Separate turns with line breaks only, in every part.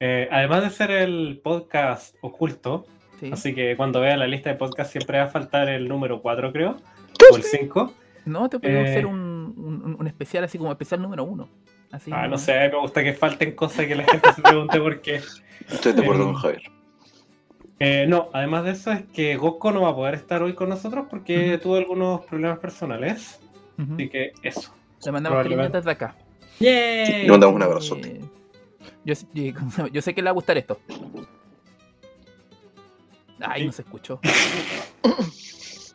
Eh, además de ser el podcast oculto,
Sí.
así que cuando vea la lista de podcast siempre va a faltar el número 4, creo, o el 5.
No, te podemos
Eh.
hacer un, un- un especial así como especial número uno. Así,
Ah, no sé, me gusta que falten cosas que la gente se pregunte por qué.
Estoy de acuerdo
Em,
con Javier.
Eh, no, además de eso es que Goku no va a poder estar hoy con nosotros porque tuvo algunos problemas personales.
Ujú.
Así que eso.
Le mandamos cariño
probablemente.
desde acá.
¡Yay!
Le mandamos un abrazote.
Eh, yo, sé- yo- yo sé que le va a gustar esto. Ay,
Sí.
no se escuchó.
Así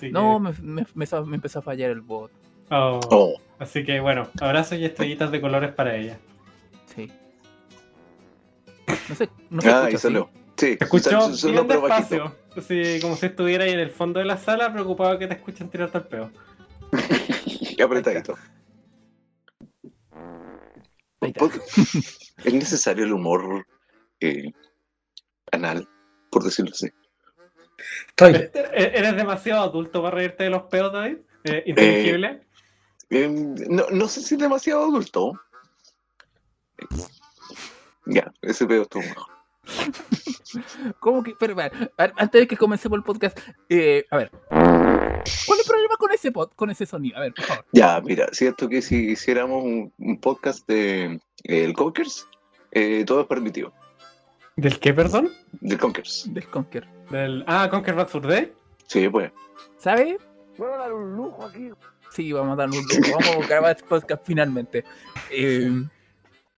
que-
No, me, me- me sa- me empezó a fallar el bot.
Oh.
Oh,
Así que bueno, abrazos y estrellitas de colores para ella.
Sí. No sé, no se
ah,
escucha,
ahí
¿sí?
salió. Sí,
Te escucho
sal- salió,
bien
pero bajito.
despacio. Así, como si estuviera ahí en el fondo de la sala, preocupado que te escuchen tirar tal peo.
apretadito.
Ahí está.
¿Es necesario el humor eh, anal, por decirlo así?
Estoy.
E- ¿Eres demasiado adulto para reírte de los peos, David? Eh, ¿Inteligible?
Eh, no, no sé si es demasiado adulto. Ya, ese pedo estuvo mejor.
¿Cómo que? Pero, a ver, a ver, antes de que comencemos el podcast, eh, a ver. ¿Cuál es el problema con ese pod, con ese sonido? A ver, por favor.
Ya, mira, cierto que si hiciéramos un, un podcast de eh, el Conkers, eh, todo es permitido.
¿Del qué, perdón?
Del Conkers.
Del Conker.
Del... Ah, Conquer Bad Fur Day.
Sí, pues.
¿Sabe?
Bueno, dar un lujo aquí.
Sí, vamos a dar un lujo. Vamos a grabar este podcast finalmente. Eh,